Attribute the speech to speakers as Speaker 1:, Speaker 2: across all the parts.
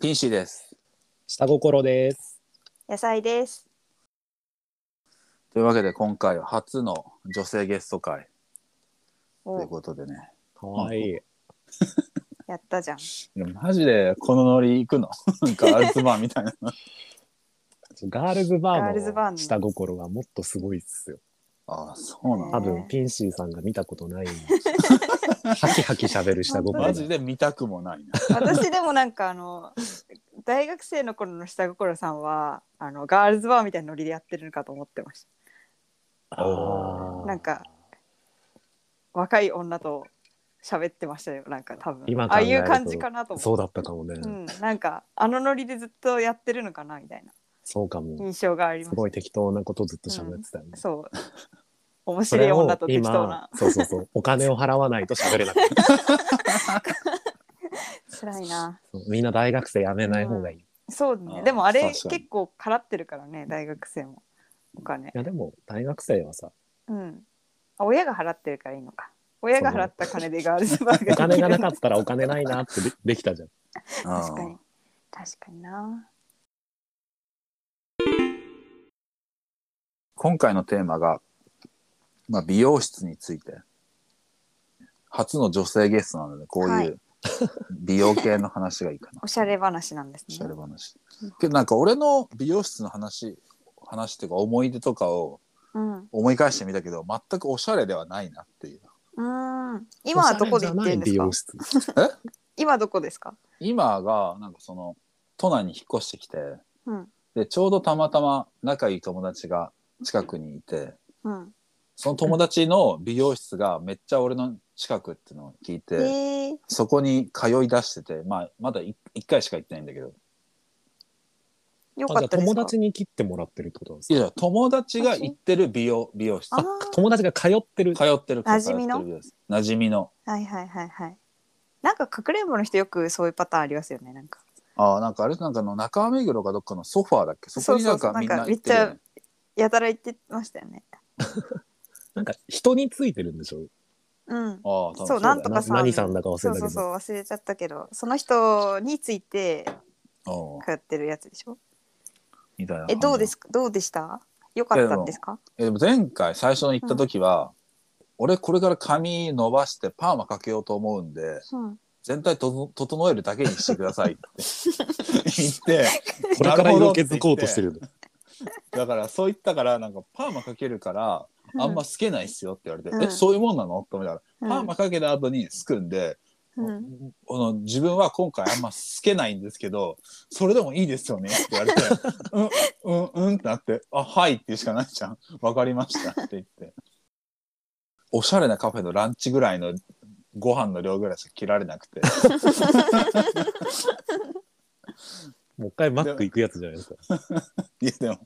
Speaker 1: ピンシーです。
Speaker 2: 下心です。
Speaker 3: 野菜です。
Speaker 1: というわけで今回は初の女性ゲスト会という
Speaker 3: お、
Speaker 1: ことでね。
Speaker 2: はい。
Speaker 3: やったじゃん。
Speaker 1: いやマジでこのノリ行くの なんかアルツバーみたいな。
Speaker 2: ガールズ
Speaker 3: ガ
Speaker 2: バ
Speaker 3: ールズバ
Speaker 2: ー
Speaker 3: ー
Speaker 2: の
Speaker 3: の
Speaker 2: 下心がもっとすごいっすよ。
Speaker 1: ああそうな
Speaker 3: ね
Speaker 1: の。
Speaker 2: 多分ピンシーさんが見たことない。 ハキハキ喋る下心
Speaker 1: マジで見たくもないな。
Speaker 3: 私でもなんかあの大学生の頃の下心さんはあのガールズバーみたいなノリでやってるのかと思ってまし
Speaker 2: あー
Speaker 3: た。なんか若い女と喋ってましたよ。なんか多分
Speaker 2: 今
Speaker 3: あ
Speaker 2: 考
Speaker 3: あ
Speaker 2: えると
Speaker 3: いう感じかなと思
Speaker 2: そうだったかもね。
Speaker 3: うん、なんかあのノリでずっとやってるのかなみたいな
Speaker 2: そうかも。
Speaker 3: 印象がありますし
Speaker 2: ごい適当なことずっと喋ってたよね
Speaker 3: た。。 そう。面
Speaker 2: そ
Speaker 3: 白い
Speaker 2: れを
Speaker 3: 女と適当
Speaker 2: 今
Speaker 3: な。、
Speaker 2: そうそうそう、お金を払わないと喋れなくなる。
Speaker 3: 辛いな。
Speaker 2: そう みんな大学生やめない方がいい。い
Speaker 3: そう
Speaker 1: あー
Speaker 3: ね。でもあれ
Speaker 1: 確かに
Speaker 3: 結構払ってるからね、大学生も。お金。
Speaker 2: やでも、大学生はさ、
Speaker 3: うん。あ、親が払ってるからいいのか。親が払った金でガールズバー
Speaker 2: お
Speaker 3: が
Speaker 2: 金
Speaker 3: でき
Speaker 2: が
Speaker 3: る
Speaker 2: なかったらお金ないなってでできたじゃん。
Speaker 3: 確か
Speaker 1: あ
Speaker 3: に。確かにな。
Speaker 1: 今回のテーマが、まあ、美容室について初の女性ゲストなのでこう
Speaker 3: は
Speaker 1: いう
Speaker 3: い
Speaker 1: 美容系の話がいいか な。
Speaker 3: おしゃれ話なんです
Speaker 1: おしゃれ
Speaker 3: ね。
Speaker 1: 話。けどなんか俺の美容室の話話っていうか思い出とかを
Speaker 3: うん。う
Speaker 1: 思い返してみたけど全くおしゃれではないなっていう
Speaker 3: ーん。今はどこで行ってるんですか
Speaker 2: おしゃれじゃない美容室
Speaker 3: 今どこですか
Speaker 1: 今がなんかその都内に引っ越してきて
Speaker 3: うん。
Speaker 1: でちょうどたまたま仲いい友達が近くにいて
Speaker 3: うん。
Speaker 1: その友達の美容室がめっちゃ俺の近くっていうのを聞い
Speaker 3: え
Speaker 1: て
Speaker 3: ー
Speaker 1: そこに通い出してて、まあ、まだ1回しか行ってないんだけど
Speaker 3: よ
Speaker 2: あじ
Speaker 3: か
Speaker 2: ゃ
Speaker 3: っ
Speaker 2: あ
Speaker 3: たですか
Speaker 2: 友達に切ってもらってるってことなんです
Speaker 1: い
Speaker 2: か
Speaker 1: や友達が行ってる美容美容室
Speaker 3: あ
Speaker 1: 通
Speaker 3: ー
Speaker 2: 友達が通ってる。
Speaker 1: ってる通
Speaker 3: 馴
Speaker 1: って
Speaker 3: 染
Speaker 1: る
Speaker 3: み
Speaker 1: 美
Speaker 3: の
Speaker 1: 容室馴染みの
Speaker 3: はいはいはいはい。なんかかくれんぼの人よくそういうパターンありますよね。なんか。
Speaker 1: ああ、なんかあれ、なんかあの中目黒かどっかのソファーだっけそこになんか
Speaker 3: そうそうそう
Speaker 1: みんな
Speaker 3: なんか
Speaker 1: 行ってるよね、
Speaker 3: やたら言ってましたよね。
Speaker 2: なんか人についてるんでしょ
Speaker 3: うん。
Speaker 1: ああ、多分
Speaker 3: そうなんとかさん
Speaker 2: 何さんだか忘れた
Speaker 3: そ
Speaker 2: けど。
Speaker 3: うそうそう忘れちゃったけど、その人について
Speaker 1: ああ
Speaker 3: 通ってるやつでしょ。
Speaker 1: みたいな。
Speaker 3: えどうですかどうでした良かったんですか
Speaker 1: えでも前回最初に行った時は、俺これから髪伸ばしてパーマかけようと思うんで、
Speaker 3: うん
Speaker 1: 全体と整えるだけにしてくださいって 言って、
Speaker 2: これから色気づこうとしてる。
Speaker 1: だからそう言ったから、なんかパーマかけるから、あんまつけないっすよって言われて、
Speaker 3: うん
Speaker 1: え、そういうもんなのって思いなが
Speaker 3: う
Speaker 1: ら、
Speaker 3: ん
Speaker 1: パーマかけた後にすくんで、
Speaker 3: うん
Speaker 1: あの自分は今回あんま好けないんですけどそれでもいいですよねって言われて うんうんうんってなって「あはい」って言うしかないじゃん「わかりました」って言っておしゃれなカフェのランチぐらいのご飯の量ぐらいしか切られなくて
Speaker 2: もう一回マック行くやつじゃないですか。
Speaker 1: いやでも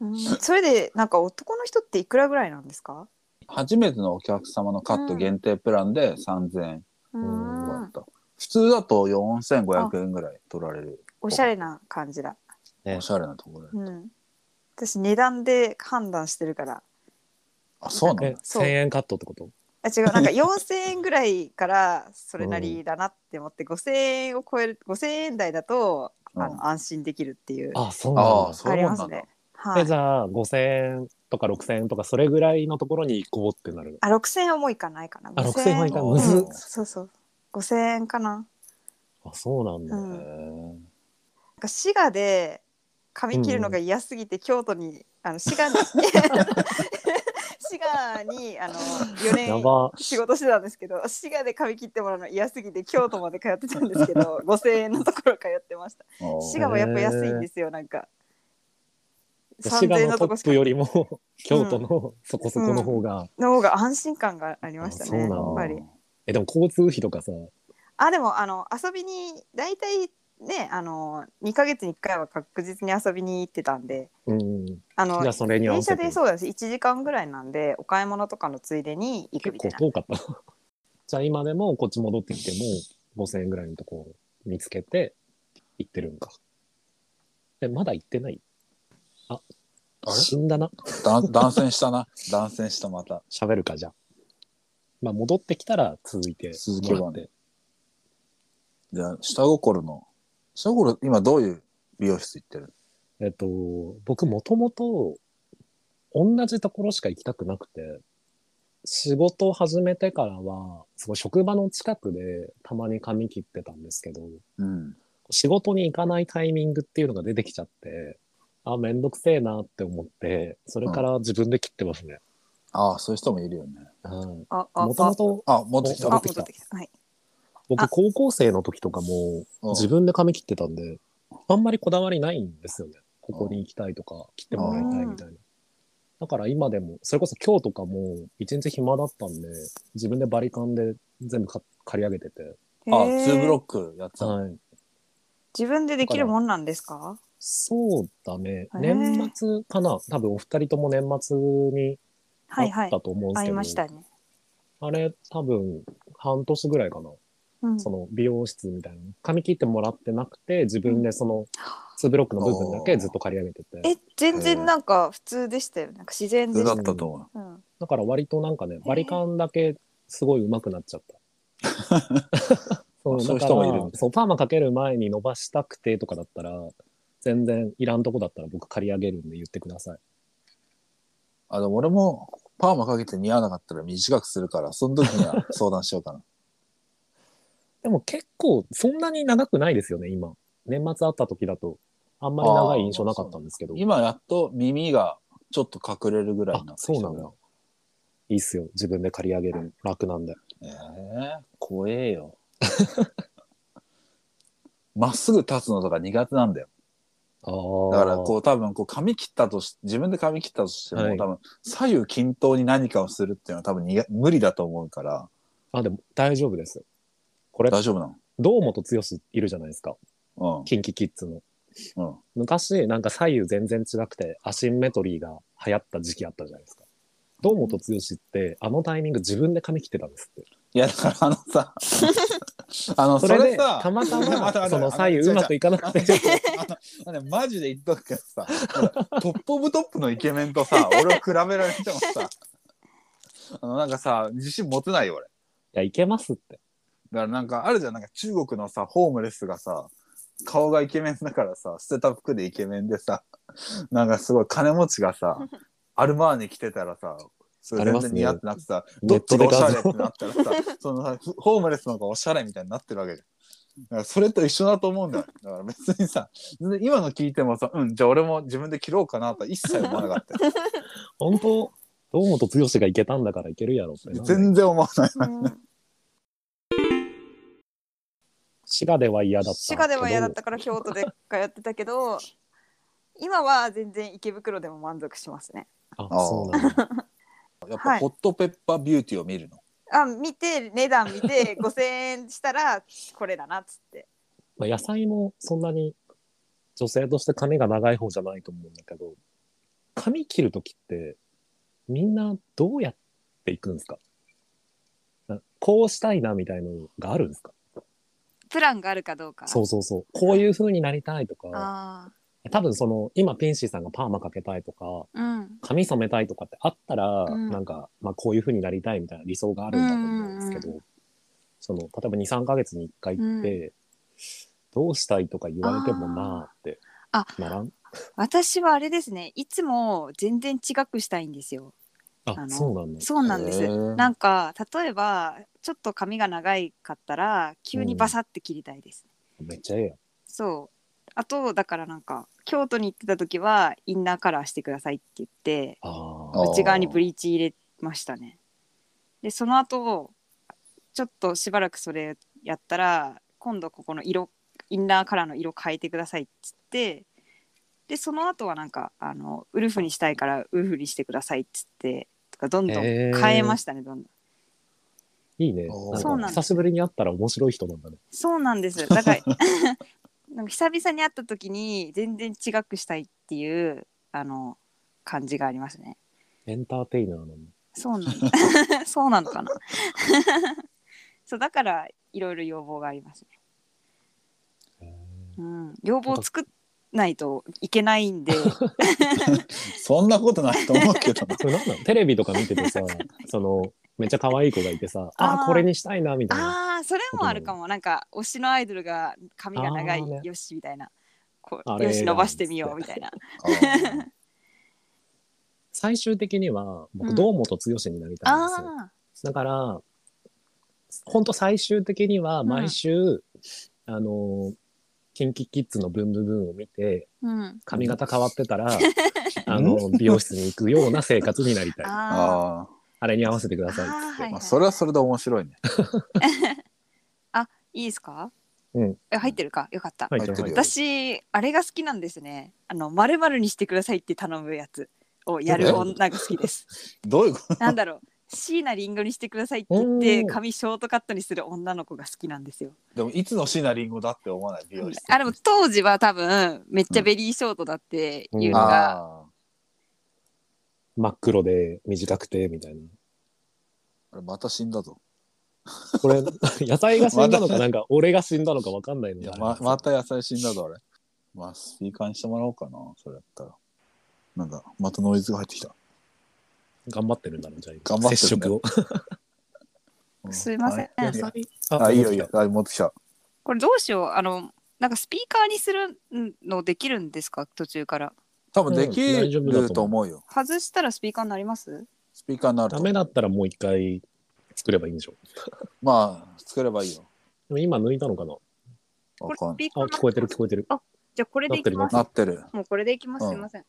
Speaker 3: うんそれでなんか男の人っていくらぐらいなんですか
Speaker 1: 初めてのお客様のカット限定プランで3000円
Speaker 3: う
Speaker 1: だ
Speaker 3: ん
Speaker 1: った、普通だと4500円ぐらい取られる
Speaker 3: おしゃれな感じだ、
Speaker 2: ね
Speaker 1: おしゃれなところで
Speaker 3: うん、私値段で判断してるから
Speaker 1: あそうなん
Speaker 2: え
Speaker 1: だ、
Speaker 3: そう
Speaker 2: 1000円カットってこと
Speaker 3: あ違うなんか4000円ぐらいからそれなりだなって思って5000円を超える5000円台だとあ
Speaker 1: うん
Speaker 3: の安心できるっていう
Speaker 2: あ、そう
Speaker 1: あ
Speaker 2: な
Speaker 1: あ
Speaker 2: ん
Speaker 1: そ
Speaker 3: あ
Speaker 1: う
Speaker 3: り
Speaker 1: な
Speaker 3: ま
Speaker 1: んだ
Speaker 3: すねはい
Speaker 2: え、じゃあ、5000円とか6000円とか、それぐらいのところに行こうってなるの。
Speaker 3: あ6000円はもういかないかな
Speaker 2: あ、
Speaker 3: 5000
Speaker 2: 6000円はいかん。
Speaker 1: う
Speaker 2: むずっ
Speaker 3: うん、そうそう5000円かな
Speaker 2: あ、そうなんだ。
Speaker 3: うん
Speaker 1: へ
Speaker 3: なんか滋賀で髪切るのが嫌すぎて、京都にあの 滋賀に 滋賀にあの4
Speaker 2: や
Speaker 3: 年
Speaker 2: ば。
Speaker 3: 仕事してたんですけど滋賀で髪切ってもらうの嫌すぎて京都まで通ってたんですけど 5,000円のところ通ってました
Speaker 1: ーあー
Speaker 3: 滋賀もやっぱ安いんですよなんか
Speaker 2: 滋
Speaker 3: 3,000
Speaker 2: 賀
Speaker 3: 円
Speaker 2: の
Speaker 3: の
Speaker 2: ト
Speaker 3: とこ
Speaker 2: ッ
Speaker 3: しか
Speaker 2: プよりも、京都のそこそこの方が。
Speaker 3: の方が安心感がありましたね
Speaker 2: あ
Speaker 3: や
Speaker 2: そうな
Speaker 3: っ
Speaker 2: んだ
Speaker 3: ぱり
Speaker 2: え、でも交通費とかさ、
Speaker 3: あでもあの遊びに大体ねあの2ヶ月に1回は確実に遊びに行ってたんで
Speaker 2: うん。じ
Speaker 3: あの
Speaker 2: ゃあ、それに合
Speaker 3: 電
Speaker 2: わせ
Speaker 3: 車
Speaker 2: て
Speaker 3: で。そうです1時間ぐらいなんでお買い物とかのついでに行く
Speaker 2: 結
Speaker 3: みた
Speaker 2: 構
Speaker 3: い
Speaker 2: 遠
Speaker 3: な
Speaker 2: かった。じゃあ、今でもこっち戻ってきても、5000円ぐらいのとこを見つけて、行ってるんか。え、まだ行ってない
Speaker 1: あれ
Speaker 2: 死んだな。
Speaker 1: だ断線したな断線したまた
Speaker 2: 喋るかじゃあまあ戻ってきたら続いて
Speaker 1: 続けば
Speaker 2: もらって
Speaker 1: じゃあ下心のシャゴロ今どういう美容室行ってる
Speaker 2: えっと、僕もともと同じところしか行きたくなくて、仕事を始めてからは、すごい職場の近くでたまに髪切ってたんですけど、
Speaker 1: うん。
Speaker 2: 仕事に行かないタイミングっていうのが出てきちゃって、あ、めんどくせえなって思って、それから自分で切ってますね。
Speaker 1: ああ、そういう人もいるよね。
Speaker 2: も
Speaker 3: あ、あ、
Speaker 2: ともと
Speaker 1: あ、戻ってき
Speaker 3: あ、
Speaker 1: た。
Speaker 2: 戻
Speaker 3: あ戻
Speaker 2: っ
Speaker 3: ってて
Speaker 2: き
Speaker 3: き
Speaker 2: た
Speaker 3: た。はい。
Speaker 2: 僕
Speaker 3: あ
Speaker 2: 高校生の時とかも
Speaker 1: うん
Speaker 2: 自分で髪切ってたんで、あんまりこだわりないんですよね。ここに行きたいとか、切ってもらいたいみたいな。だから今でも、それこそ今日とかも一日暇だったんで、自分でバリカンで全部か刈り上げてて。
Speaker 1: あ、
Speaker 3: へー
Speaker 1: ツーブロックやってた。
Speaker 2: はい。
Speaker 3: 自分でできるもんなんですか。
Speaker 2: そうだね。
Speaker 3: ー
Speaker 2: 年末かな多分お二人とも年末に
Speaker 3: は
Speaker 2: あ
Speaker 3: いは
Speaker 2: っ
Speaker 3: い
Speaker 2: た。と思うんです
Speaker 3: あ
Speaker 2: けど、
Speaker 3: りましたね。
Speaker 2: あれ多分半年ぐらいかな、
Speaker 3: うん。
Speaker 2: その美容室みたいな髪切ってもらってなくて自分でその2ブロックの部分だけずっと刈り上げてて
Speaker 3: え、全然なんか普通でしたよ。なんか自然で
Speaker 1: 普通だ
Speaker 3: した
Speaker 1: っ。たと思う。
Speaker 3: うん。
Speaker 2: だから割となんかねバリカンだけすごい上手くなっちゃった。 そう
Speaker 1: そういう
Speaker 2: だ
Speaker 1: 人
Speaker 2: か
Speaker 1: がい
Speaker 2: ら
Speaker 1: るんだ
Speaker 2: そうパーマかける前に伸ばしたくてとかだったら全然いらんとこだったら僕刈り上げるんで言ってください。
Speaker 1: あ、でも俺もパーマかけて似合わなかったら短くするから、その時には相談しようか な。
Speaker 2: でも結構そんなに長くないですよね今。年末会った時だとあんまり長い印象なかったんですけど。
Speaker 1: 今やっと耳がちょっと隠れるぐらいになってきた
Speaker 2: あそうなんだいいっすよ。自分で借り上げるの楽なんで。
Speaker 1: ええ怖えよ。 まっすぐ立つのとか苦手なんだよ。
Speaker 2: あ
Speaker 1: だからこう多分こう髪切ったとし、自分で髪切ったとしても、
Speaker 2: はい
Speaker 1: 多分左右均等に何かをするっていうのは多分にが無理だと思うから、
Speaker 2: う。あ、でも大丈夫ですよ。これ、
Speaker 1: 大丈夫な
Speaker 2: 堂本剛いるじゃないですか。
Speaker 1: の
Speaker 2: キンキキッズの。
Speaker 1: うん。うん。
Speaker 2: 昔、なんか左右全然違くて、アシンメトリーが流行った時期あったじゃないですか。堂本剛って、あのタイミング自分で髪切ってたんですって。
Speaker 1: いや、だからあの さ、あの、そ
Speaker 2: そ
Speaker 1: れ
Speaker 2: れで、
Speaker 1: さ、
Speaker 2: たまた
Speaker 1: ああとあ
Speaker 2: ま、
Speaker 1: と
Speaker 2: その左
Speaker 1: あ
Speaker 2: 右
Speaker 1: と
Speaker 2: うまくいかな
Speaker 1: あ
Speaker 2: く
Speaker 1: の
Speaker 2: て。
Speaker 1: あのねマジで言っとくけどさ、ほらトップオブトップのイケメンとさ、俺を比べられてもさ、あの、なんかさ、自信持てないよ、俺。
Speaker 2: いや、いけますって。
Speaker 1: だからなんかあるじゃん、なんか中国のさ、ホームレスがさ、顔がイケメンだからさ、捨てた服でイケメンでさ、なんかすごい金持ちが さ、アルマーニ着てたらさ、それ全然似合ってなくてさ、
Speaker 2: ね
Speaker 1: どっちがおしゃ
Speaker 2: ネ
Speaker 1: れっ
Speaker 2: ット
Speaker 1: て
Speaker 2: で
Speaker 1: なったらさ、そのさ、ホームレスの方がおしゃれみたいになってるわけじゃん。だからそれと一緒だと思うんだよ。だから別にさ、全然今の聞いてもさ、うん、じゃあ俺も自分で着ろうかなとは一切思わなかった よ。
Speaker 2: 本当堂本剛がいけたんだからいけるやろってなんで。
Speaker 1: 全然思わない。
Speaker 3: うん
Speaker 2: 滋賀では嫌だった。
Speaker 3: 滋賀では嫌だっ。たから京都で通ってたけ ど今は全然池袋でも満足しますね
Speaker 2: あ、そうなんだ。
Speaker 1: やっぱホットペッパービューティーを見るの。
Speaker 3: あ見て値段 見て5,000円したらこれだなっつって
Speaker 2: まあ、野菜もそんなに女性として髪が長い方じゃないと思うんだけど髪切る時ってみんなどうやっていくんですかなこうしたいなみたいのがあるんですか
Speaker 3: プランがあるかどうか
Speaker 2: そうそうそうこういう風になりたいとか
Speaker 3: あ
Speaker 2: 多分その今ピンシーさんがパーマかけたいとか
Speaker 3: あうん
Speaker 2: 髪染めたいとかってあったら、
Speaker 3: うん
Speaker 2: なんか、まあ、こういう風になりたいみたいな理想があるんだと思うんですけど、
Speaker 3: うん
Speaker 2: その例えば23ヶ月に1回行って、どうしたいとか言われてもなーって
Speaker 3: あ
Speaker 2: ならん
Speaker 3: 私はあれですねいつも全然違くしたいんですよ
Speaker 2: あ
Speaker 3: あの
Speaker 2: そうなんだ。
Speaker 3: そうなんです
Speaker 1: へー
Speaker 3: なんか例えばちょっと髪が長いかったら急にバサッて切りたいです、
Speaker 2: めっちゃええやん。
Speaker 3: そうあとだからなんか京都に行ってた時はインナーカラーしてくださいって言って
Speaker 2: あ
Speaker 1: あ
Speaker 2: あ。
Speaker 3: 内側にブリーチ入れましたねでその後ちょっとしばらくそれやったら今度ここの色インナーカラーの色変えてくださいっつってでその後はなんかあのウルフにしたいからウルフにしてくださいっつってとかどんどん
Speaker 2: へー
Speaker 3: 変えましたね、どんどん
Speaker 2: いいね。
Speaker 1: おー
Speaker 2: な
Speaker 3: そうんな
Speaker 2: か
Speaker 3: んです
Speaker 2: 久しぶりに会ったら面白い人なんだね。
Speaker 3: そうなん ですだから なんか久々に会った時に全然違くしたいっていうあの感じがありますね
Speaker 2: エンターテイナーなのに。
Speaker 3: そう なの。そうなのかな。 そうだからいろいろ要望がありますね。うん、要望を作らないといけないん で、
Speaker 1: そんなことないと思うけどな。
Speaker 2: それなんなのテレビとか見ててさ、そのめっちゃ可愛い子がいてさ、
Speaker 3: あー
Speaker 2: あ、これにしたいな、みたいな。
Speaker 3: ああそれもあるかもなんか推しのアイドルが髪が長い
Speaker 2: あーね
Speaker 3: よしみたいなこ
Speaker 2: あ
Speaker 3: う
Speaker 2: れ
Speaker 3: よし伸ばしてみようみたいな
Speaker 1: あー
Speaker 2: 最終的には、
Speaker 3: う
Speaker 2: 僕、
Speaker 3: ん
Speaker 2: 堂本剛になりたいん
Speaker 3: あ
Speaker 2: ですよ。
Speaker 3: あ
Speaker 2: だから、本当最終的には、毎週、あの、キンキキッズのブンブンブンを見て、
Speaker 3: ーうん
Speaker 2: 髪型変わってた ら、あの、美容室に行くような生活になりたい。あ
Speaker 3: あ
Speaker 1: あ
Speaker 2: れに合わせてく
Speaker 3: ー
Speaker 2: ださいっつ
Speaker 3: あ
Speaker 2: っ
Speaker 3: ーは
Speaker 1: ー、
Speaker 2: て
Speaker 3: いは
Speaker 1: まあ、
Speaker 3: い
Speaker 1: それはそれで面白いね。
Speaker 3: いいですか
Speaker 2: うん
Speaker 3: え入ってるかよかった
Speaker 2: はい
Speaker 1: 入ってるよ
Speaker 3: 私あれが好きなんですねあの丸々にしてくださいって頼むやつをやる女が好きです
Speaker 1: どういうこと
Speaker 3: なんだろう椎名林檎にしてくださいって言って
Speaker 2: おー
Speaker 3: 髪ショートカットにする女の子が好きなんですよ。
Speaker 1: でもいつのシナリンゴだって思わない美容室。
Speaker 3: あでも当時は多分めっちゃベリーショートだっていうのが、
Speaker 1: あ
Speaker 2: 真っ黒で短くてみたいな。
Speaker 1: ーあれまた死んだぞ。
Speaker 2: こ れ、野菜が死んだのか、なんか俺が死んだのかわかんない
Speaker 1: い
Speaker 2: の
Speaker 1: や
Speaker 2: が
Speaker 1: ままた野菜死んだぞあれ。 まあスピーカーにしてもらおうかなそれやったら。なんだまたノイズが入ってきた。
Speaker 2: 頑張ってるんだろう、じゃあ今。
Speaker 1: 頑張ってるね
Speaker 2: 接触 を。
Speaker 1: うん
Speaker 3: すいません
Speaker 1: あいい
Speaker 3: 野
Speaker 1: よ
Speaker 2: あ
Speaker 1: あいいよいいよ。。あ持ってきた。
Speaker 3: これどうしようあのなんかスピーカーにするのできるんですか途中から
Speaker 1: 多分でき
Speaker 2: うん大丈夫だと思
Speaker 1: る
Speaker 2: う
Speaker 1: と思うよ。
Speaker 3: 外したらスピーカーになります
Speaker 1: スピーカーになる
Speaker 2: ダ
Speaker 1: と。
Speaker 2: メだったらもう一回作ればいいんでしょ。
Speaker 1: まあ作ればいいよ。
Speaker 2: でも今抜いたのかな
Speaker 3: こ
Speaker 1: わ
Speaker 3: れス
Speaker 1: かんない。
Speaker 3: ピー
Speaker 2: あ、
Speaker 3: カー
Speaker 2: 聞こえてる聞こえてる。
Speaker 3: じゃあこれでいきます
Speaker 1: なってる。
Speaker 3: もうこれでいきます
Speaker 1: うん
Speaker 3: すいません、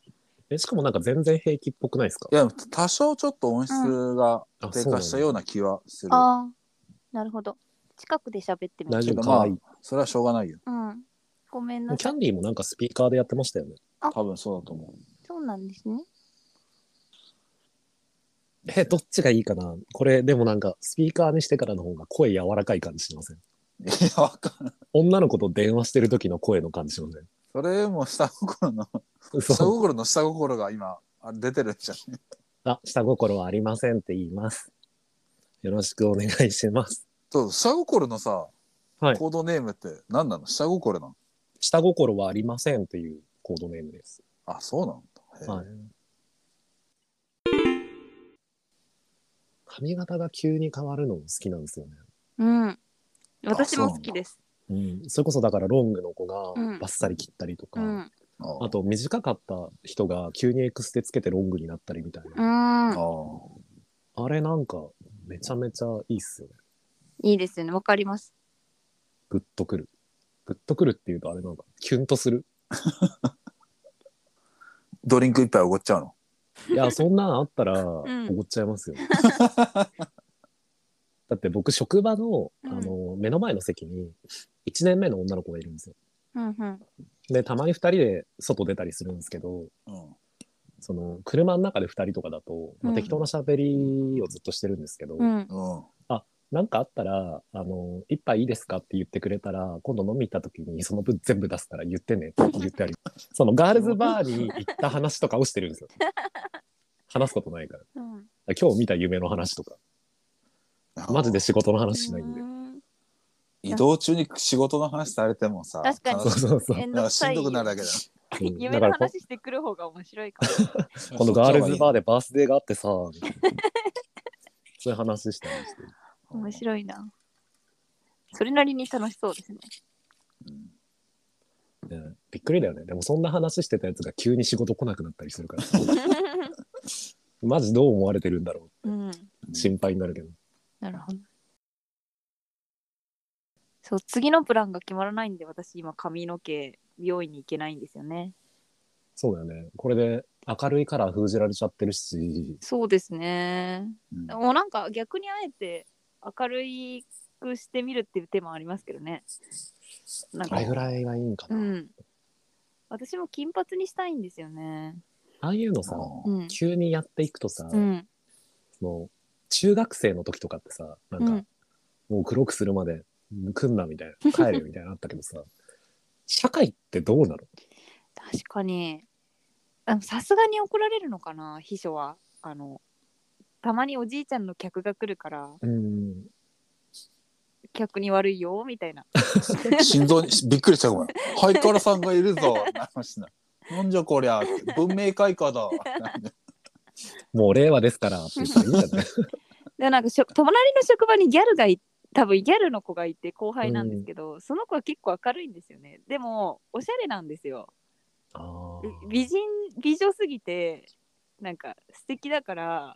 Speaker 2: え、しかもなんか全然平気っぽくないですか
Speaker 1: いや多少ちょっと音質が
Speaker 2: あ
Speaker 1: 低
Speaker 2: そ
Speaker 1: 下
Speaker 2: うなんだ
Speaker 1: したような気はする。
Speaker 4: ああ、なるほど。近くで喋ってみ
Speaker 2: 大
Speaker 4: る。
Speaker 1: け
Speaker 2: 丈夫
Speaker 1: ど
Speaker 2: か
Speaker 1: ま
Speaker 2: わ
Speaker 1: あ
Speaker 2: いい。
Speaker 1: それはしょうがないよ。
Speaker 4: うん。ごめんな
Speaker 2: キ
Speaker 4: さ
Speaker 2: ャ
Speaker 4: い。
Speaker 2: ンディーもなんかスピーカーでやってましたよね。
Speaker 1: 多分そうだと思う。
Speaker 4: そうなんですね。
Speaker 2: え、どっちがいいかなこれ、でもなんか、スピーカーにしてからの方が声柔らかい感じしません
Speaker 1: いやわかんない。
Speaker 2: 女の子と電話してる時の声の感じしません
Speaker 1: それも下心の下
Speaker 2: 嘘。
Speaker 1: 心の下心が今あ出てるんじゃん。
Speaker 2: あ、下心はありませんって言います。よろしくお願いします。
Speaker 1: そう、下心のさ、
Speaker 2: はい
Speaker 1: コードネームって何なの下心なの
Speaker 2: 下心はありませんっていうコードネームです。
Speaker 1: あ、そうなんだ。
Speaker 2: は
Speaker 1: へ
Speaker 2: い
Speaker 1: え。
Speaker 2: 髪型が急に変わるのも好きなんですよね。
Speaker 3: うん私も好きです
Speaker 2: うん。それこそだからロングの子が
Speaker 3: うん
Speaker 2: バッサリ切ったりとか、
Speaker 3: うん
Speaker 1: あ
Speaker 2: あと短かった人が急にエクステつけてロングになったりみたいな。
Speaker 3: うん
Speaker 1: あー
Speaker 2: あれなんかめちゃめちゃいいっすよね。
Speaker 4: いいですよね。わかります。
Speaker 2: グッとくる。グッとくるっていうとあれなんかキュンとする。
Speaker 1: ドリンク一杯おごっちゃうの
Speaker 2: いや、そんなんあったらお
Speaker 3: ん
Speaker 2: ごっちゃいます よ。だって僕職場のあの目の前の席に1年目の女の子がいるんですよ。
Speaker 4: うんうん。
Speaker 2: で、たまに2人で外出たりするんですけど、
Speaker 1: うん。
Speaker 2: その車の中で2人とかだと、ま
Speaker 3: う
Speaker 2: あ、
Speaker 3: ん
Speaker 2: 適当な喋りをずっとしてるんですけど、
Speaker 4: うん。
Speaker 1: うん。
Speaker 2: なんかあったら、あの、一杯いいですかって言ってくれたら、今度飲み行った時にその分全部出すから言ってねって言って あり、そのガールズバーに行った話とかをしてるんですよ。話すことないから。
Speaker 4: うん。
Speaker 2: 今日見た夢の話とか、マジで仕事の話しないんで。
Speaker 1: 移動中に仕事の話されてもさ、
Speaker 4: 確かに
Speaker 2: そう
Speaker 1: 楽し
Speaker 2: そうそう。
Speaker 4: めん
Speaker 1: な
Speaker 4: ど
Speaker 1: んか
Speaker 4: く
Speaker 1: し
Speaker 4: さ
Speaker 1: ん
Speaker 4: い
Speaker 1: どくなるだけだ。
Speaker 2: うん
Speaker 4: 夢の
Speaker 2: だからこ、
Speaker 4: 話してくる方が面白いかも。
Speaker 2: このガールズバー
Speaker 1: ー
Speaker 2: でバースデーがあ ってさ、みたいなそういう話したりして。
Speaker 4: 面白いな。 それなりに楽しそうですね。
Speaker 2: ねびっくりだよね。でもそんな話してたやつが急に仕事来なくなったりするからさ。マジどう思われてるんだろ
Speaker 4: うん。
Speaker 2: う。心配になるけど。
Speaker 4: なるほど。そう、次のプランが決まらないんで、私今髪の毛、美容院に行けないんですよね。
Speaker 2: そうだよね。これで明るいカラー封じられちゃってるし、
Speaker 4: そうですね。
Speaker 1: うん
Speaker 4: もうなんか逆にあえて明るくしてみるっていう手もありますけどね。なん
Speaker 2: あ
Speaker 4: か
Speaker 2: れ、ぐらいがいいんか
Speaker 4: う
Speaker 2: な。
Speaker 4: ん。私も金髪にしたいんですよね。
Speaker 2: ああいうのさ、
Speaker 1: うん
Speaker 4: うん。
Speaker 2: 急にやっていくとさ、
Speaker 4: うん。
Speaker 2: その中学生の時とかってさ、なんか、
Speaker 4: うん
Speaker 2: もう黒くするまで来んなみたいな、帰るみたいなのあったけどさ、 社会ってどうなの
Speaker 4: 確かに。あのさすがに怒られるのかな、秘書は。あの、たまにおじいちゃんの客が来るから、
Speaker 2: うん。
Speaker 4: 客に悪いよ、みたいな。
Speaker 1: 心臓にしびっくりしたかもよ。ハイカラさんがいるぞ。なりましたなんじゃこりゃ。文明開化だ。
Speaker 2: もう令和ですからって言ったらいいんじゃない
Speaker 3: でなんかしょ隣の職場にギャルがい多分ギャルの子がいて後輩なんですけど、その子は結構明るいんですよねでもおしゃれなんですよ
Speaker 2: あー
Speaker 3: 美人美女すぎてなんか素敵だから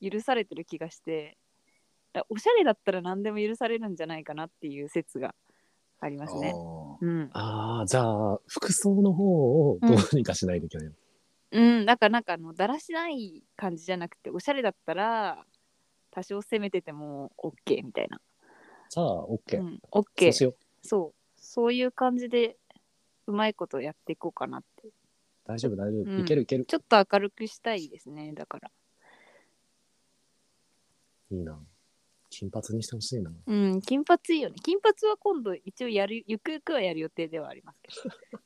Speaker 3: 許されてる気がしてだからおしゃれだったら何でも許されるんじゃないかなっていう説がありますね。
Speaker 1: おー
Speaker 3: うん、
Speaker 2: あーじゃあ服装の方をどうにかしないといけない、
Speaker 3: うん、だからなんかあのだらしない感じじゃなくておしゃれだったら多少攻めてても OK みたいな。
Speaker 2: じゃあ OK、
Speaker 3: うん、
Speaker 2: そう
Speaker 3: OK
Speaker 2: しよう
Speaker 3: そうそういう感じでうまいことやっていこうかなって
Speaker 2: 大丈夫大丈夫、
Speaker 3: うん
Speaker 2: いけるいける
Speaker 3: ちょっと明るくしたいですねだから
Speaker 2: いいな金髪にしてほしいな
Speaker 3: うん金髪いいよね金髪は今度一応やるゆくゆくはやる予定ではありますけど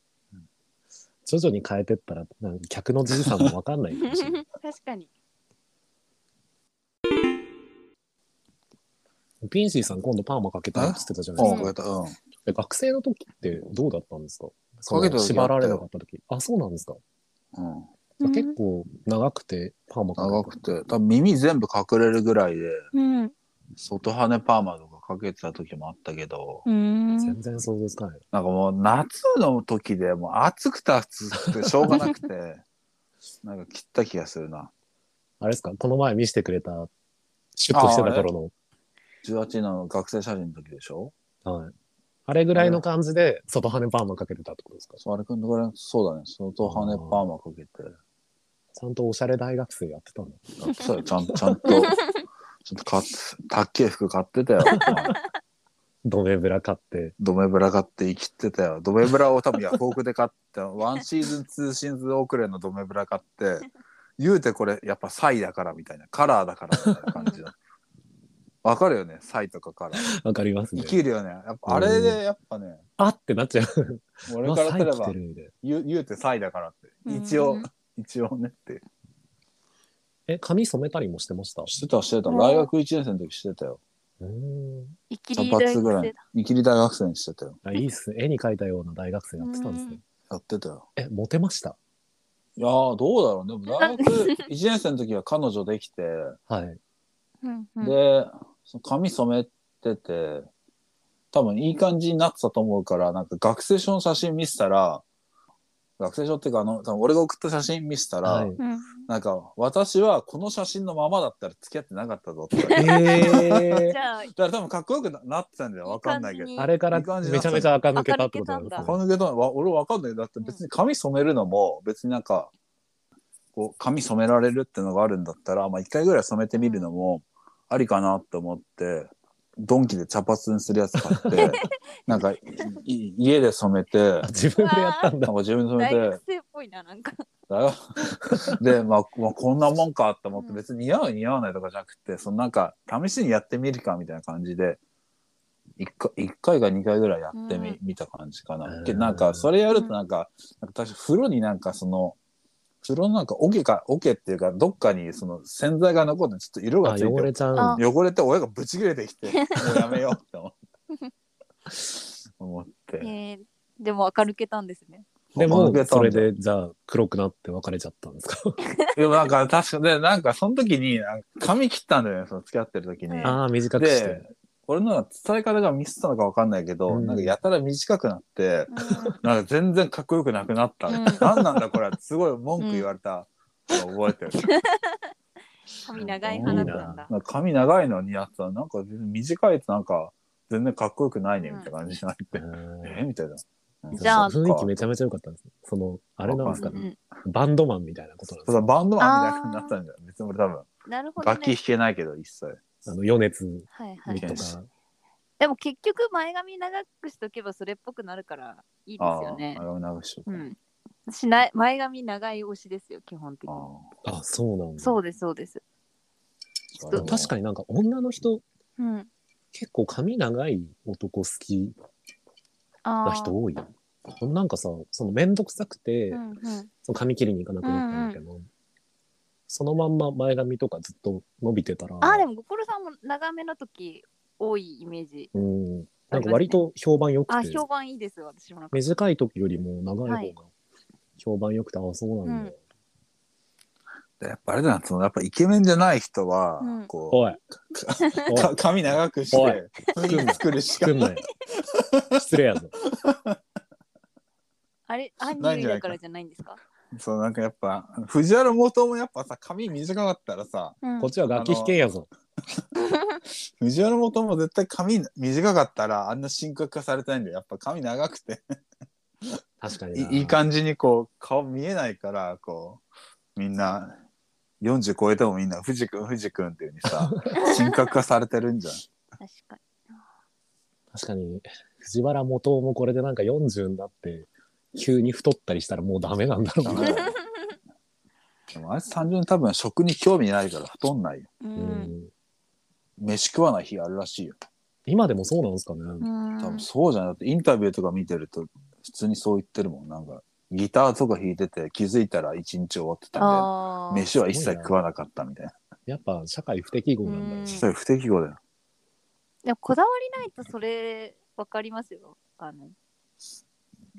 Speaker 2: 徐々に変えてったらなんか客のじいさんも分かんないかもしれ ない
Speaker 3: 確かに
Speaker 2: ピンシーさん今度パーマかけたいって言ってたじゃない
Speaker 1: お
Speaker 2: で
Speaker 1: ー
Speaker 2: す
Speaker 1: こう
Speaker 2: か
Speaker 1: やったうん
Speaker 2: え学生の時ってどうだったんですか
Speaker 1: かけた時あったよ
Speaker 2: その縛られなかった時あそうなんですか、
Speaker 1: うん、
Speaker 3: うん
Speaker 2: 結構長くてパーマかけた
Speaker 1: 長くて多分耳全部隠れるぐらいで
Speaker 3: うん
Speaker 1: 外羽根パーマとかかけてた時もあったけど、
Speaker 3: うん
Speaker 2: 全然想像つかない
Speaker 1: なんかもう夏の時でもう暑くて暑くてしょうがなく てなんか切った気がするな
Speaker 2: あれですかこの前見せてくれたシュッとしてた頃
Speaker 1: 18の学生写真の時でしょ
Speaker 2: のはいあれぐらいの感じで外羽パーマかけてたってことですか
Speaker 1: そうあれくんのぐらいそうだね外羽根パーマかけ て。
Speaker 2: ちゃんとおしゃれ大学生やってたんだ
Speaker 1: そうよちゃんちゃんと、ちょっと買っ、高い服買ってたよ。
Speaker 2: ドメブラ買って
Speaker 1: ドメブラ買って生きてたよ。ドメブラを多分ヤフオクで買って、ワンシーズン、ツーシーズン遅れのドメブラ買って、言うてこれやっぱサイだからみたいな、カラーだからみたいな感じの。わかるよね、サイとかカラー。
Speaker 2: わかります
Speaker 1: 生
Speaker 2: ね
Speaker 1: きるよね。やっぱあれでやっぱね、
Speaker 2: あってなっちゃう
Speaker 1: 俺からすれ
Speaker 2: あサイ
Speaker 1: ば
Speaker 2: 着て、るみたいな
Speaker 1: 言う言うてサイだからって。一
Speaker 3: う
Speaker 1: 応
Speaker 3: ん、
Speaker 1: 一応ねって。
Speaker 2: え髪染めたりもしてました
Speaker 1: してた、してた。大学1年生の時してたよ。
Speaker 2: うーん
Speaker 3: いき
Speaker 1: 茶
Speaker 3: り大
Speaker 1: 髪ぐ
Speaker 3: 学
Speaker 1: らい
Speaker 3: 生だ。
Speaker 1: 生きり大学生にしてたよ。
Speaker 2: あいいっすね絵に描いたような大学生やってたんですね
Speaker 1: やってたよ。
Speaker 2: えモテました
Speaker 1: いやーどうだろうね。でも大学1年生の時は彼女できて、
Speaker 2: はい
Speaker 3: うんうん
Speaker 1: で、その髪染めてて、多分いい感じになってたと思うから、なんか学生証の写真見せたら、学生証っていうか、あの、多分俺が送った写真見せたら、
Speaker 2: はい
Speaker 3: うん
Speaker 1: なんか、私はこの写真のままだったら付き合ってなかったぞって言われて。
Speaker 2: え
Speaker 3: じゃあ
Speaker 1: だから多分かっこよくななってたんだよ。わかんないけど
Speaker 3: いい
Speaker 2: ー、
Speaker 3: 感じ。に
Speaker 2: あれからめちゃめちゃ垢抜けたってことなんです
Speaker 3: あ
Speaker 2: ね
Speaker 1: このけど、わ俺わかんない。だって別に髪染めるのも、別になんか、こう、髪染められるってのがあるんだったら、まあ一回ぐらい染めてみるのも、ありかなって思って、ドンキで茶髪にするやつ買って、なんか、いい家で染めて
Speaker 2: あ、自分でやったん
Speaker 1: な
Speaker 2: だ
Speaker 1: んか自分で染
Speaker 3: 大
Speaker 1: めて
Speaker 3: 学、生っぽいななんか
Speaker 1: だよ。 で、まあ、まあ、こんなもんかって思っ
Speaker 3: う
Speaker 1: て、
Speaker 3: ん
Speaker 1: 別に似合う似合わないとかじゃなくて、そのなんか、試しにやってみるかみたいな感じで、1回一回か2回ぐらいやってみ、
Speaker 3: うん
Speaker 1: 見た感じか
Speaker 2: う
Speaker 1: な。
Speaker 2: ん
Speaker 1: けどなんか、それやるとなんか、なんか私、風呂になんかその、風呂のなんか、桶か、桶っていうか、どっかにその洗剤が残って、ちょっと色が
Speaker 2: あ
Speaker 1: ついて
Speaker 2: 汚れちゃ
Speaker 3: あ
Speaker 2: う
Speaker 1: 汚れて親がぶち切れてきて、もうやめようって思って。 思って。
Speaker 3: えーでも垢抜けたんですね。
Speaker 2: で
Speaker 1: まあ
Speaker 2: も
Speaker 1: 抜けたんだ
Speaker 2: それでじゃあ黒くなって別れちゃったんですか
Speaker 1: でもなんか、確かで、なんか、その時に、なんか髪切ったんだよね、その付き合ってる時に。
Speaker 2: ああ短くして
Speaker 1: で、俺の伝え方がミスったのかわかんないけど、
Speaker 2: うん
Speaker 1: なんかやたら短くなって、なんか全然かっこよくなくなった。
Speaker 3: うん
Speaker 1: なんなんだこれ、すごい文句言われた。覚えてる。
Speaker 3: 髪長い花なんだ。
Speaker 1: なんか髪長いの似合ってた。なんか全然短いとなんか全然かっこよくないねみたいな感じになって。
Speaker 2: うん
Speaker 1: えみたいな。
Speaker 3: じゃあ
Speaker 2: そうそう雰囲気めちゃめちゃ良かったんですねそのあれなんですか
Speaker 3: う
Speaker 2: ね
Speaker 3: ん
Speaker 2: バンドマンみたいなことなんで
Speaker 1: そう
Speaker 2: す
Speaker 1: だバンドマンみたいな感じになったんじゃない別に俺多分、
Speaker 3: なるほど
Speaker 1: 楽器
Speaker 3: ね
Speaker 1: 弾。けないけど一切。
Speaker 2: かあの余熱
Speaker 3: はいは
Speaker 2: と
Speaker 3: い。
Speaker 2: か
Speaker 3: でも結局前髪長くしとけばそれっぽくなるからいいです
Speaker 1: ああ
Speaker 3: よ、ね
Speaker 1: あ。れを流しとく
Speaker 3: う。ん。しない前髪長い推しですよ基本的
Speaker 1: あ
Speaker 3: に。
Speaker 2: あそうなんだ
Speaker 3: そうですそうです。
Speaker 1: あ
Speaker 3: そう
Speaker 2: 確か
Speaker 1: に。
Speaker 2: になんか女の人
Speaker 3: うん。
Speaker 2: 結構髪長い男好き
Speaker 3: あ
Speaker 2: な
Speaker 3: あ。
Speaker 2: 人多いよなんかさその面倒くさくて、
Speaker 3: うんうん。
Speaker 2: その髪切りに行かなくなったんだけど、そのまんま前髪とかずっと伸びてたら
Speaker 3: あーでも心さんも長めの時多いイメージ。
Speaker 2: うんなんか割と評判良
Speaker 3: あ
Speaker 2: くて
Speaker 3: 評判いいです私もなんか。
Speaker 2: 短い時よりも長い方が評判良くて、あそうなんだ、
Speaker 3: うん
Speaker 1: やっぱあれだな、そのやっぱイケメンじゃない人は、
Speaker 4: うん
Speaker 1: こ
Speaker 2: おい、
Speaker 1: う、か髪長くし
Speaker 2: おい
Speaker 1: て、それで作るしか
Speaker 2: 作ん
Speaker 1: な。
Speaker 2: ない よ。失礼やぞ。
Speaker 4: あれ、アンニュ
Speaker 1: ないん
Speaker 4: イ
Speaker 1: じゃない
Speaker 4: だか
Speaker 1: か
Speaker 4: らじゃないんですか
Speaker 1: そう、なんかやっぱ、藤原元もやっぱさ、髪短かったらさ、
Speaker 4: うん
Speaker 2: こっちは楽器弾けんやぞ。
Speaker 1: 藤原元も絶対髪短かったら、あんな深刻化されてないんだよ。やっぱ髪長くて、
Speaker 2: 確かにな。
Speaker 1: いいい感じにこう、顔見えないから、こう、みんな、40超えてもみんな、藤君、藤君っていうふ うにさ、深刻化されてるんじゃん。
Speaker 4: 確かに。
Speaker 2: 確かに、藤原元もこれでなんか40になって、急に太ったりしたらもうダメなんだろうな。
Speaker 1: でもあいつ単純に多分食に興味ないから太んないよ。
Speaker 4: う。
Speaker 2: うんん
Speaker 1: 飯食わない日あるらしいよ。
Speaker 2: 今でもそうなんですかね。
Speaker 4: うん
Speaker 1: 多分そうじゃない。だってインタビューとか見てると普通にそう言ってるもん。なんかギターとか弾いてて気づいたら一日終わってたん
Speaker 4: ああ。
Speaker 1: で、飯は一切食わなかったみたいな。
Speaker 2: やっぱ社会不適合なんだろう
Speaker 4: うん
Speaker 1: それ不適合だよ。
Speaker 4: でもこだわりないとそれわかりますよ。あの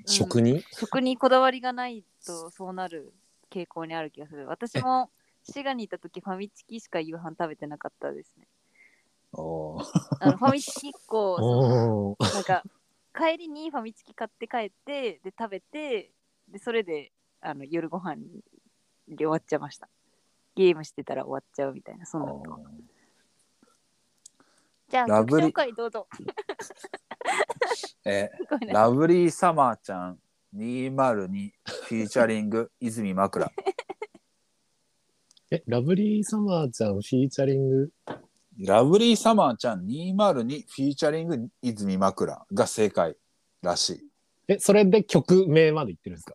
Speaker 2: 食に
Speaker 4: 食にこだわりがないとそうなる傾向にある気がする。私も滋賀にいた時ファミチキしか夕飯食べてなかったですね。
Speaker 1: おー
Speaker 4: あのファミチキ1個 その
Speaker 2: おー
Speaker 4: なんか帰りにファミチキ買って帰ってで食べてでそれであの夜ご飯で終わっちゃいました。ゲームしてたら終わっちゃうみたいなそんな
Speaker 1: おー
Speaker 4: じゃあ
Speaker 1: ラ
Speaker 4: 曲
Speaker 1: ブリ
Speaker 4: 紹介どうぞ。
Speaker 1: え
Speaker 4: ごめんなさい
Speaker 1: ラブリーサマーちゃん202フィーチャリ ング泉枕。
Speaker 2: え、ラブリーサマーちゃんフィーチャリング。
Speaker 1: ラブリーサマーちゃん202フィーチャリング泉枕が正解らしい。
Speaker 2: え、それで曲名まで言ってるんですか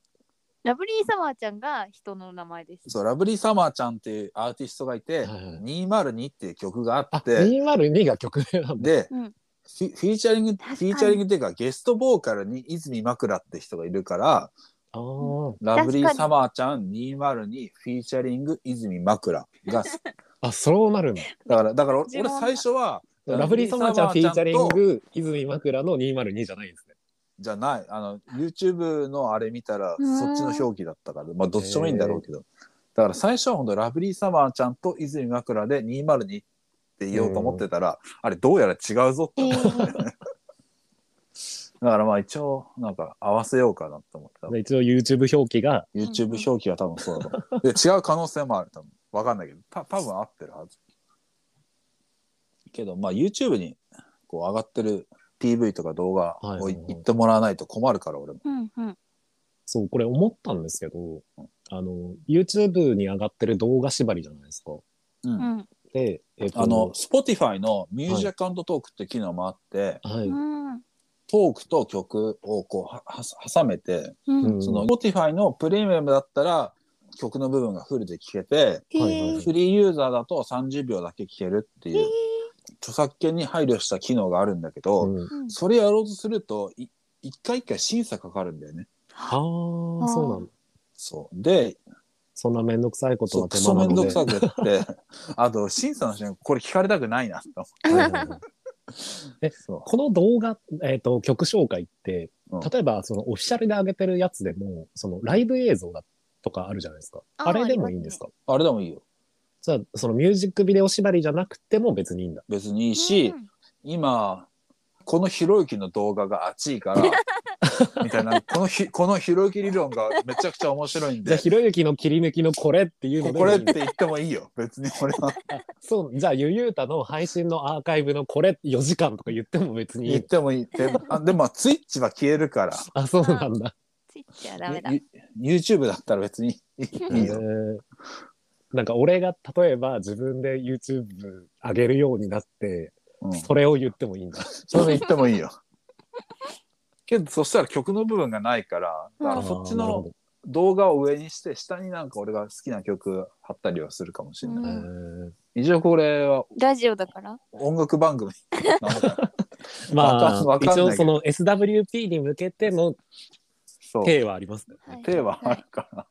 Speaker 4: ラブリーサマーちゃんが人の名前です。
Speaker 1: そう、ラブリーサマーちゃんっていうアーティストがいて、
Speaker 2: はいはい
Speaker 1: 202っていう曲があ
Speaker 2: あ、
Speaker 1: って、
Speaker 2: 202が曲名なんだ。
Speaker 1: で、
Speaker 4: うん
Speaker 1: フィフィーチャリング、フ
Speaker 4: かに
Speaker 1: ィーチャリングっていうかゲストボーカルに泉枕って人がいるから、
Speaker 2: あー
Speaker 1: ラブリーサマーちゃん202フィーチャリング泉枕が、
Speaker 2: あ、そうなるんだ。
Speaker 1: だから、だから 俺
Speaker 4: 自分は
Speaker 1: 最初は、
Speaker 2: ラブリーサマーちゃんフィーチャリン
Speaker 1: と
Speaker 2: グ、泉枕の202じゃないんですね。
Speaker 1: じゃない、あの、YouTube のあれ見たら、
Speaker 4: うん
Speaker 1: そっちの表記だったから、まあどっちでもいいんだろうけど、だから最初は本当ラブリーサマーちゃんと泉枕で202って言おうと思ってたら、あれどうやら違うぞって
Speaker 4: えー
Speaker 1: だからまあ一応なんか合わせようかなと思った。
Speaker 2: で一応 YouTube 表記が、
Speaker 1: YouTube 表記は多分そうだと思 う。で違う可能性もある多分。わかんないけど、た多分合ってるはず。けどまあ YouTube にこう上がってる PV とか動画
Speaker 2: はい
Speaker 1: を
Speaker 2: はいいはい
Speaker 1: 言ってもらわないと困るから俺も。
Speaker 4: うんうん
Speaker 2: そう、これ思ったんですけど、あの、YouTube に上がってる動画縛りじゃないですか。
Speaker 1: う。
Speaker 4: うんん
Speaker 2: で、えっと
Speaker 1: あの、、Spotify のミュージックトークって機能もあって、
Speaker 2: はい。
Speaker 4: うん
Speaker 1: トークと曲をこうはは挟めて、
Speaker 4: うん
Speaker 2: うん
Speaker 1: その Spotify のプレミアムだったら曲の部分がフルで聴けて、
Speaker 2: はいはいはい
Speaker 1: フリーユーザーだと30秒だけ聞けるっていう著作権に配慮した機能があるんだけど、
Speaker 2: うん
Speaker 1: それやろうとするとい一回一回審査かかるんだよね。
Speaker 2: あーそうなんだ。
Speaker 1: そうで
Speaker 2: そんなめんどくさいこと
Speaker 1: そう
Speaker 2: は
Speaker 1: ク
Speaker 2: 手
Speaker 1: ソ
Speaker 2: 間
Speaker 1: め
Speaker 2: なん
Speaker 1: ど
Speaker 2: の
Speaker 1: くさ
Speaker 2: で。
Speaker 1: くやって あと審査の人にこれ聞かれたくないなと思って
Speaker 2: はいはいは い
Speaker 1: そ
Speaker 2: この動画、えっと曲紹介って
Speaker 1: うん、
Speaker 2: 例えばそのオフィシャルで上げてるやつでも、そのライブ映像だとかあるじゃないですか。
Speaker 4: あー
Speaker 2: あれでもいいんですか
Speaker 1: うあれでもいいよ
Speaker 2: じゃあ、そのミュージックビデオ縛りじゃなくても別にいいんだ。
Speaker 1: 別にいいし、
Speaker 4: うん
Speaker 1: 今このひろゆきの動画が熱い からみたいなこのひこのひろゆき理論がめちゃくちゃ面白いん
Speaker 2: じゃあ、
Speaker 1: で
Speaker 2: ひろゆきの切り抜きのこれっていうので
Speaker 1: こ
Speaker 2: もい
Speaker 1: れ
Speaker 2: い
Speaker 1: っ
Speaker 2: んだ
Speaker 1: て言ってもいいよ別に俺 は
Speaker 2: そう、じゃあ、ゆゆうたの配信のアーカイブのこれ4時間とか言っても別にい
Speaker 1: 言っ
Speaker 2: い。
Speaker 1: てもいいであでもツイッチは消えるから。
Speaker 2: あ、そうなんだ。
Speaker 4: ついちゃダメだ。
Speaker 1: ゆゆ YouTube だったら別にいいいいよ。
Speaker 2: えーなんか俺が例えば自分で YouTube 上げるようになって、
Speaker 1: うん、
Speaker 2: それを言ってもいいんだ。
Speaker 1: それ言ってもいいよ。 けどそしたら曲の部分がないからだからそっち
Speaker 2: あーなる
Speaker 1: の
Speaker 2: ほ
Speaker 1: 動画を上にして下になんか俺が好きな曲貼ったりはするかもしれ
Speaker 2: ど
Speaker 1: ない。
Speaker 4: うん
Speaker 2: え
Speaker 1: 一応これは
Speaker 4: ラジオだから。
Speaker 1: 音楽番組なのかな
Speaker 2: ーま
Speaker 1: わか
Speaker 2: あ
Speaker 1: ん、ないけ
Speaker 2: 一
Speaker 1: ど
Speaker 2: 応その SWP に向けての
Speaker 1: そう
Speaker 2: 手はありますね。
Speaker 1: 手はあるから。